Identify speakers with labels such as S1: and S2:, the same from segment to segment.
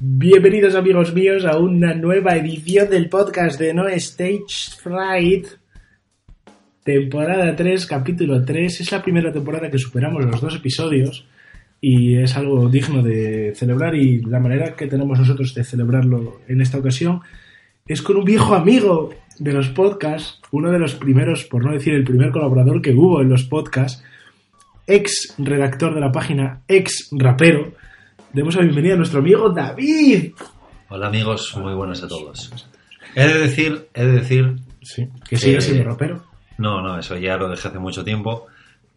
S1: Bienvenidos amigos míos a una nueva edición del podcast de No Stage Fright. Temporada 3, capítulo 3. Es la primera temporada que superamos los dos episodios y es algo digno de celebrar y la manera que tenemos nosotros de celebrarlo en esta ocasión es con un viejo amigo de los podcasts, uno de los primeros, por no decir el primer colaborador que hubo en los podcasts, ex redactor de la página, ex rapero. Demos la bienvenida a nuestro amigo David.
S2: Hola amigos, muy buenas a todos. Eh, He de decir, he de decir...
S1: Sí, que sigues siendo rapero.
S2: No, no, eso ya lo dejé hace mucho tiempo,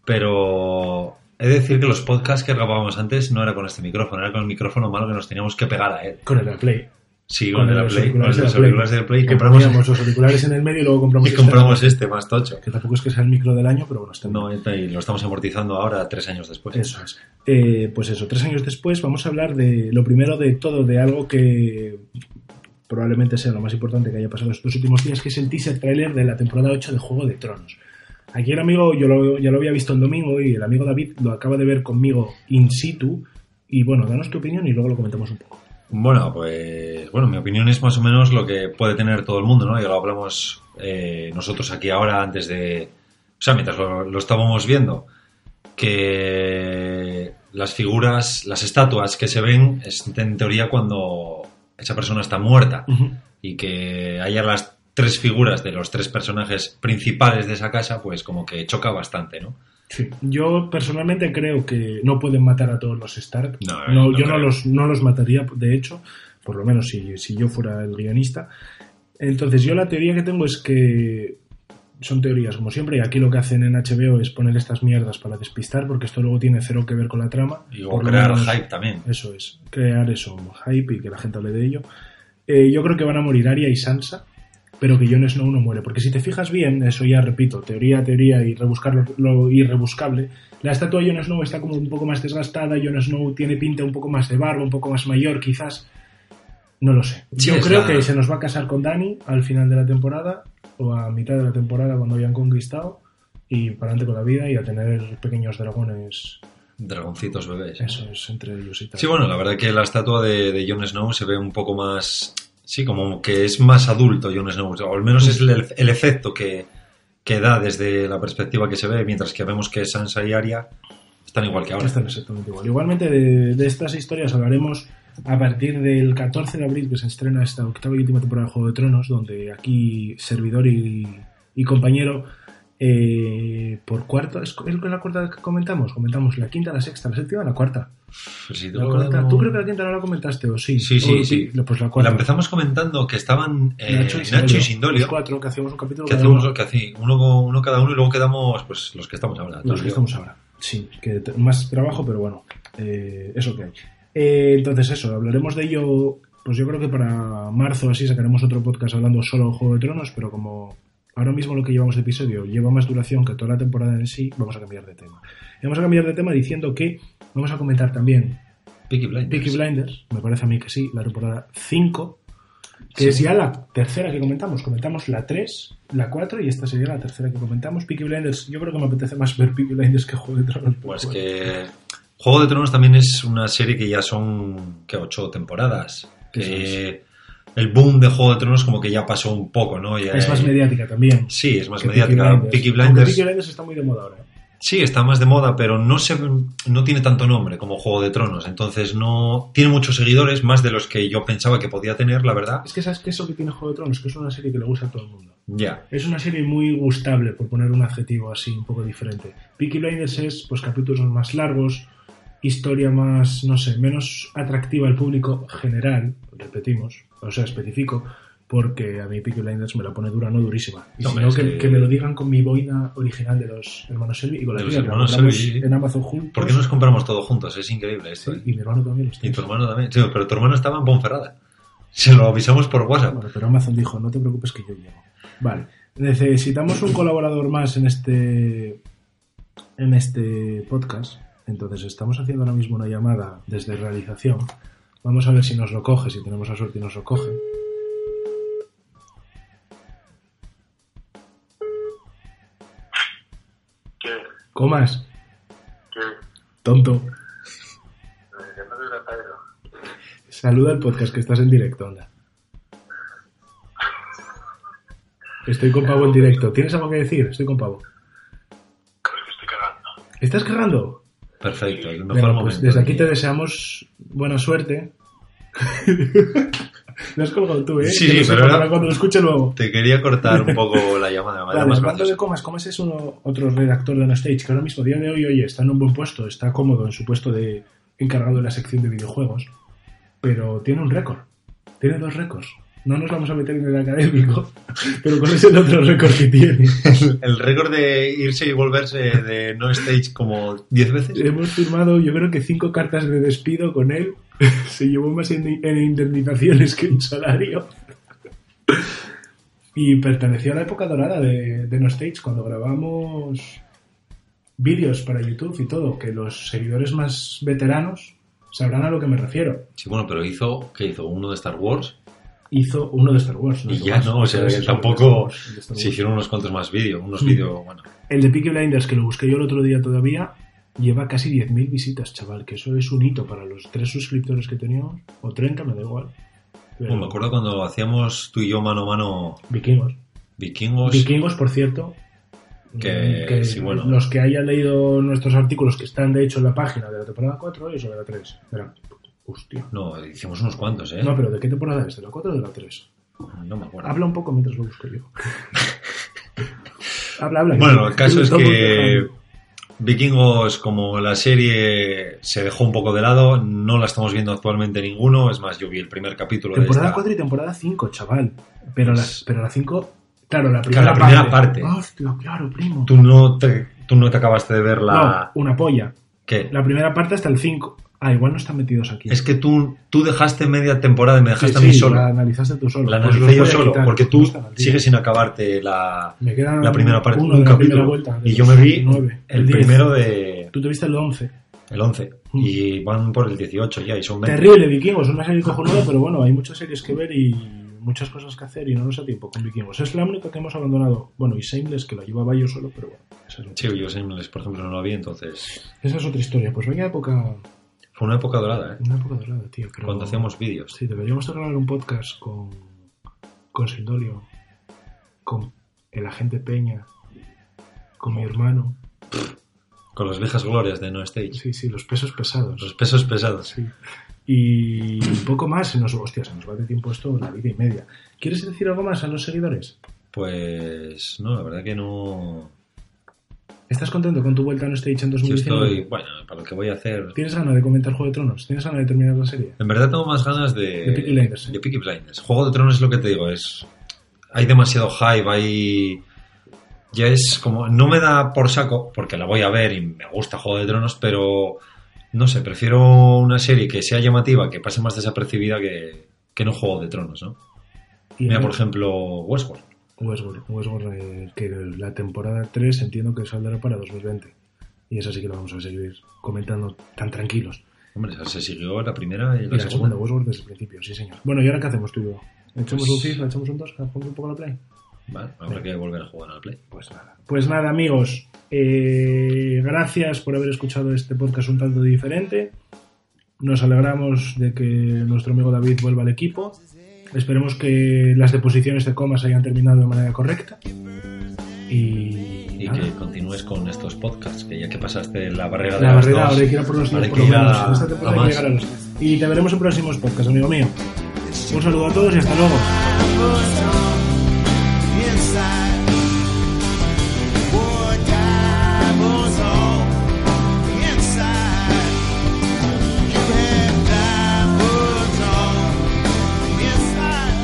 S2: pero He de decir que los podcasts que grabábamos antes no era con este micrófono, era con el micrófono malo que nos teníamos que pegar a él.
S1: Con el Play.
S2: Sí, con, el
S1: los
S2: Play, con
S1: auriculares de
S2: los
S1: la Play.
S2: auriculares del Play. y
S1: Que
S2: compramos,
S1: poníamos los auriculares en el medio y luego compramos,
S2: y
S1: este,
S2: compramos este más tocho.
S1: Que tampoco es que sea el micro del año, pero bueno, está bien.
S2: No, y lo estamos amortizando ahora tres años después.
S1: Pues Eso es. Eh, pues eso, tres años después vamos a hablar de lo primero de todo, de algo que probablemente sea lo más importante que haya pasado estos últimos días, que es el teaser trailer de la temporada 8 de Juego de Tronos. Aquí el amigo, yo lo- ya lo había visto el domingo y el amigo David lo acaba de ver conmigo in situ. Y bueno, danos tu opinión y luego lo comentamos un poco.
S2: Bueno, pues bueno, mi opinión es más o menos lo que puede tener todo el mundo, ¿no? Ya lo hablamos eh, nosotros aquí ahora antes de... O sea, mientras lo, lo estábamos viendo, que las figuras, las estatuas que se ven es en teoría cuando esa persona está muerta y que haya las tres figuras de los tres personajes principales de esa casa, pues como que choca bastante, ¿no?
S1: Sí, yo personalmente creo que no pueden matar a todos los Stark.
S2: No,
S1: No,
S2: no
S1: yo no
S2: creo.
S1: los, no los mataría, de hecho, por lo menos si, si yo fuera el guionista. Entonces, yo la teoría que tengo es que son teorías, como siempre, y aquí lo que hacen en HBO es poner estas mierdas para despistar, porque esto luego tiene cero que ver con la trama.
S2: Y
S1: Por
S2: luego
S1: lo
S2: crear
S1: menos-
S2: hype también.
S1: Eso es, crear eso, hype y que la gente hable de ello. Eh, yo creo que van a morir Aria y Sansa, pero que Jon Snow no muere. Porque si te fijas bien, eso ya repito, teoría, teoría y rebuscar lo, lo irrebuscable, la estatua de Jon Snow está como un poco más desgastada, Jon Snow tiene pinta un poco más de barba, un poco más mayor quizás. No lo sé.
S2: Sí,
S1: yo
S2: es
S1: creo
S2: la-
S1: que se nos va a casar con Dani al final de la temporada o a mitad de la temporada cuando hayan conquistado y para adelante con la vida y a tener pequeños dragones,
S2: Dragoncitos bebés.
S1: eso es, entre ellos y tal.
S2: Sí, bueno, la verdad que la estatua de, de Jon Snow se ve un poco más... Sí, como que es más adulto Jon Snow, o al menos es el, el efecto que, que da desde la perspectiva que se ve, mientras que vemos que Sansa y Arya están igual que ahora.
S1: Están exactamente igual. Igualmente de, de estas historias hablaremos a partir del 14 de abril que se estrena esta octava y última temporada de Juego de Tronos, donde aquí servidor y, y compañero eh, por cuarto, ¿es, es la cuarta que comentamos? Comentamos la quinta, la sexta, la séptima, la cuarta.
S2: Pues sí,
S1: La cuarta. Tú creo que la quinta no la comentaste, ¿o sí?
S2: Sí, sí,
S1: O-
S2: sí.
S1: Pues la
S2: La
S1: cuarta.
S2: empezamos comentando que estaban eh, Nacho y Sindolio,
S1: Los cuatro que hacíamos un capítulo
S2: que
S1: cada
S2: hacemos
S1: uno.
S2: lo que hacía, uno, con- uno cada uno y luego quedamos pues los que estamos ahora. tú
S1: los
S2: y
S1: que
S2: yo.
S1: estamos ahora. Sí, que t- más trabajo, pero bueno, eh, es lo que hay. Eh, entonces eso, hablaremos de ello, pues yo creo que para marzo así sacaremos otro podcast hablando solo de Juego de Tronos, pero como ahora mismo lo que llevamos de episodio lleva más duración que toda la temporada en sí, vamos a cambiar de tema. Y vamos a cambiar de tema diciendo que vamos a comentar también
S2: Peaky Blinders.
S1: Peaky Blinders, me parece a mí que sí, la temporada 5, que
S2: Sí.
S1: es ya la tercera que comentamos. Comentamos la 3, la 4 y esta sería la tercera que comentamos. Peaky Blinders, yo creo que me apetece más ver Peaky Blinders que Juego de Tronos. pero
S2: Pues
S1: bueno.
S2: que Juego de Tronos también es una serie que ya son que ocho temporadas. Que el boom de Juego de Tronos como que ya pasó un poco, ¿no? Ya
S1: Es más mediática también.
S2: Sí, eh, es más
S1: que
S2: mediática. Peaky
S1: Aunque
S2: Blinders,
S1: Peaky Blinders está muy de moda ahora. ¿eh?
S2: sí está más de moda, pero no se no tiene tanto nombre como Juego de Tronos, entonces no tiene muchos seguidores, más de los que yo pensaba que podía tener, la verdad.
S1: Es que sabes que eso que tiene Juego de Tronos, que es una serie que le gusta a todo el mundo.
S2: Ya.
S1: Es una serie muy gustable, por poner un adjetivo así un poco diferente. Peaky Blinders es pues capítulos más largos, historia más, no sé, menos atractiva al público general, repetimos, o sea, especifico, porque a mí Peaky Blinders me la pone dura, no durísima. Y si
S2: Hombre,
S1: no,
S2: es
S1: que,
S2: que-
S1: que me lo digan con mi boina original de los hermanos Selby y con la
S2: De los
S1: mía, que
S2: hermanos
S1: compramos
S2: Selby.
S1: en Amazon juntos.
S2: ¿Por qué nos compramos todo juntos? Es increíble esto.
S1: Sí,
S2: ¿eh?
S1: y mi hermano también los
S2: Y
S1: tiene.
S2: tu hermano también. Sí, pero tu hermano estaba en Ponferrada. Se lo avisamos por WhatsApp.
S1: Bueno, pero Amazon dijo, no te preocupes que yo llego. Vale, necesitamos un colaborador más en este, en este podcast. Entonces estamos haciendo ahora mismo una llamada desde realización. Vamos a ver si nos lo coge, si tenemos la suerte y nos lo coge.
S3: ¿Qué?
S1: Comas,
S3: ¿Qué?
S1: tonto.
S3: Eh, Ya no te la traigo.
S1: Saluda al podcast que estás en directo, anda. Estoy con Pavo en directo. ¿Tienes algo que decir? Estoy con Pavo.
S3: Creo que estoy cagando.
S1: ¿Estás cargando?
S2: Perfecto, el mejor
S1: Bueno, pues
S2: momento.
S1: desde aquí te deseamos buena suerte. lo has colgado tú, ¿eh?
S2: Sí,
S1: Que
S2: sí,
S1: lo sepa
S2: pero era-
S1: para cuando lo escuche luego.
S2: Te quería cortar un poco la llamada. me da
S1: Vale,
S2: más
S1: hablando de
S2: gracias.
S1: Comas, Comas es uno, otro redactor de stage que ahora mismo, a día de hoy, oye, está en un buen puesto, está cómodo en su puesto de encargado de la sección de videojuegos, pero tiene un récord, tiene dos récords. No nos vamos a meter en el académico, pero con ese es el otro récord que tiene.
S2: El récord de irse y volverse de no stage como 10 veces.
S1: Hemos firmado, yo creo que cinco cartas de despido con él. Se llevó más en, en indemnizaciones que en salario. Y perteneció a la época dorada de, de No Stage, cuando grabamos vídeos para YouTube y todo, que los seguidores más veteranos sabrán a lo que me refiero.
S2: Sí, bueno, pero hizo, ¿qué hizo? Uno de Star Wars.
S1: Hizo uno de Star Wars.
S2: Y
S1: sé
S2: ya
S1: más.
S2: no, o sea,
S1: Ese es
S2: tampoco
S1: el de Star Wars, el de Star
S2: Se
S1: Wars.
S2: hicieron unos cuantos más vídeos. Unos
S1: Mm.
S2: vídeos, bueno.
S1: El de Peaky Blinders, que lo busqué yo el otro día todavía, lleva casi 10.000 visitas, chaval, que eso es un hito para los tres suscriptores que teníamos, o 30, me da igual. Pero-
S2: Bueno, me acuerdo cuando hacíamos tú y yo mano a mano
S1: Vikingos.
S2: vikingos.
S1: Vikingos, por cierto.
S2: Que-
S1: mm,
S2: sí, bueno.
S1: Los que hayan leído nuestros artículos, que están de hecho en la página de la temporada 4 y sobre la 3. Verán, hostia.
S2: No, hicimos unos cuantos, ¿eh?
S1: No, pero ¿de qué temporada es? ¿De la 4 o de la 3?
S2: No me acuerdo.
S1: Habla un poco mientras lo busco yo. habla, habla.
S2: Bueno, el caso es
S1: Estamos
S2: que
S1: dejando.
S2: Vikingos, como la serie se dejó un poco de lado, no la estamos viendo actualmente ninguno. Es más, yo vi el primer capítulo de
S1: Temporada
S2: esta. Pues-
S1: 4 y temporada 5, chaval. Pero la, pero la 5, claro, la primera,
S2: Claro, la primera parte.
S1: Hostia, claro, primo.
S2: Tú no te, tú no te acabaste de ver la.
S1: No, una polla.
S2: ¿Qué?
S1: La primera parte hasta el 5. Ah, igual no están metidos aquí.
S2: Es que tú, tú dejaste media temporada y me dejaste
S1: Sí,
S2: a mí
S1: sí,
S2: solo.
S1: La
S2: La,
S1: analizaste tú solo. Pues
S2: analicé
S1: los
S2: yo
S1: voy a
S2: solo,
S1: quitar,
S2: porque
S1: no
S2: tú
S1: están al día.
S2: sigues sin acabarte la,
S1: Me queda
S2: la primera parte,
S1: uno de
S2: un
S1: la primera
S2: capítulo.
S1: vuelta, de
S2: y yo
S1: los
S2: me vi
S1: 19,
S2: el
S1: 10.
S2: primero de.
S1: Tú te viste el 11.
S2: El 11.
S1: Mm.
S2: Y van por el 18 ya, y son 20.
S1: Terrible, Vikingos. Una serie cojonuda, pero bueno, hay muchas series que ver y muchas cosas que hacer y no nos da tiempo con Vikingos. Es la única que hemos abandonado. Bueno, y Shameless, que la llevaba yo solo, pero bueno. Esa es,
S2: Sí, yo Shameless, por ejemplo, no la vi, entonces.
S1: esa es otra historia. Pues vaya época...
S2: Fue una época dorada, ¿eh?
S1: Una época dorada, tío. Pero...
S2: Cuando hacíamos vídeos.
S1: Sí, deberíamos de grabar un podcast con, con Sindolio, con el agente Peña, con mi hermano.
S2: Con las viejas glorias de No Stage.
S1: Sí, sí, los pesos pesados.
S2: Los pesos pesados.
S1: Sí. Y poco más, se nos, hostia, se nos va de tiempo esto la vida y media. ¿Quieres decir algo más a los seguidores?
S2: Pues. No, la verdad que no.
S1: ¿Estás contento con tu vuelta a No Stage en
S2: Yo
S1: 2019?
S2: estoy. Bueno, para lo que voy a hacer.
S1: ¿Tienes ganas de comentar Juego de Tronos? ¿Tienes ganas de terminar la serie?
S2: En verdad tengo más ganas de.
S1: De Peaky Blinders, ¿eh?
S2: de Peaky Blinders. Juego de Tronos es lo que te digo, es. Hay demasiado hype, hay. Ya es como. No me da por saco, porque la voy a ver y me gusta Juego de Tronos, pero. No sé, prefiero una serie que sea llamativa, que pase más desapercibida que, que no Juego de Tronos, ¿no?
S1: Y
S2: Mira, por ejemplo, Westworld.
S1: Westworld, Westworld, eh, que la temporada 3 entiendo que saldrá para 2020. Y esa sí que la vamos a seguir comentando tan tranquilos.
S2: Hombre, esa se siguió la primera y
S1: Y la
S2: la
S1: segunda,
S2: segunda.
S1: Westworld desde el principio, sí señor. Bueno, ¿y ahora qué hacemos tú y yo? ¿Echamos
S2: Pues-
S1: un FIFA, echamos un 2, jugamos un poco a la play?
S2: Vale, habrá que volver a jugar al Play.
S1: Pues nada. Pues nada, amigos. eh, gracias por haber escuchado este podcast un tanto diferente. Nos alegramos de que nuestro amigo David vuelva al equipo. Esperemos que las deposiciones de comas hayan terminado de manera correcta. Y,
S2: Y
S1: nada.
S2: que continúes con estos podcasts, que ya que pasaste la barrera de
S1: la
S2: las
S1: verdad,
S2: dos,
S1: ahora hay que ir a por los
S2: ahora
S1: días,
S2: hay
S1: por lo
S2: que ir a-
S1: menos. En esta
S2: a
S1: temporada hay
S2: más.
S1: que llegar a los- Y te veremos en próximos podcasts, amigo mío. Un saludo a todos y hasta luego.
S4: Inside, war divers all inside. You had divers all inside.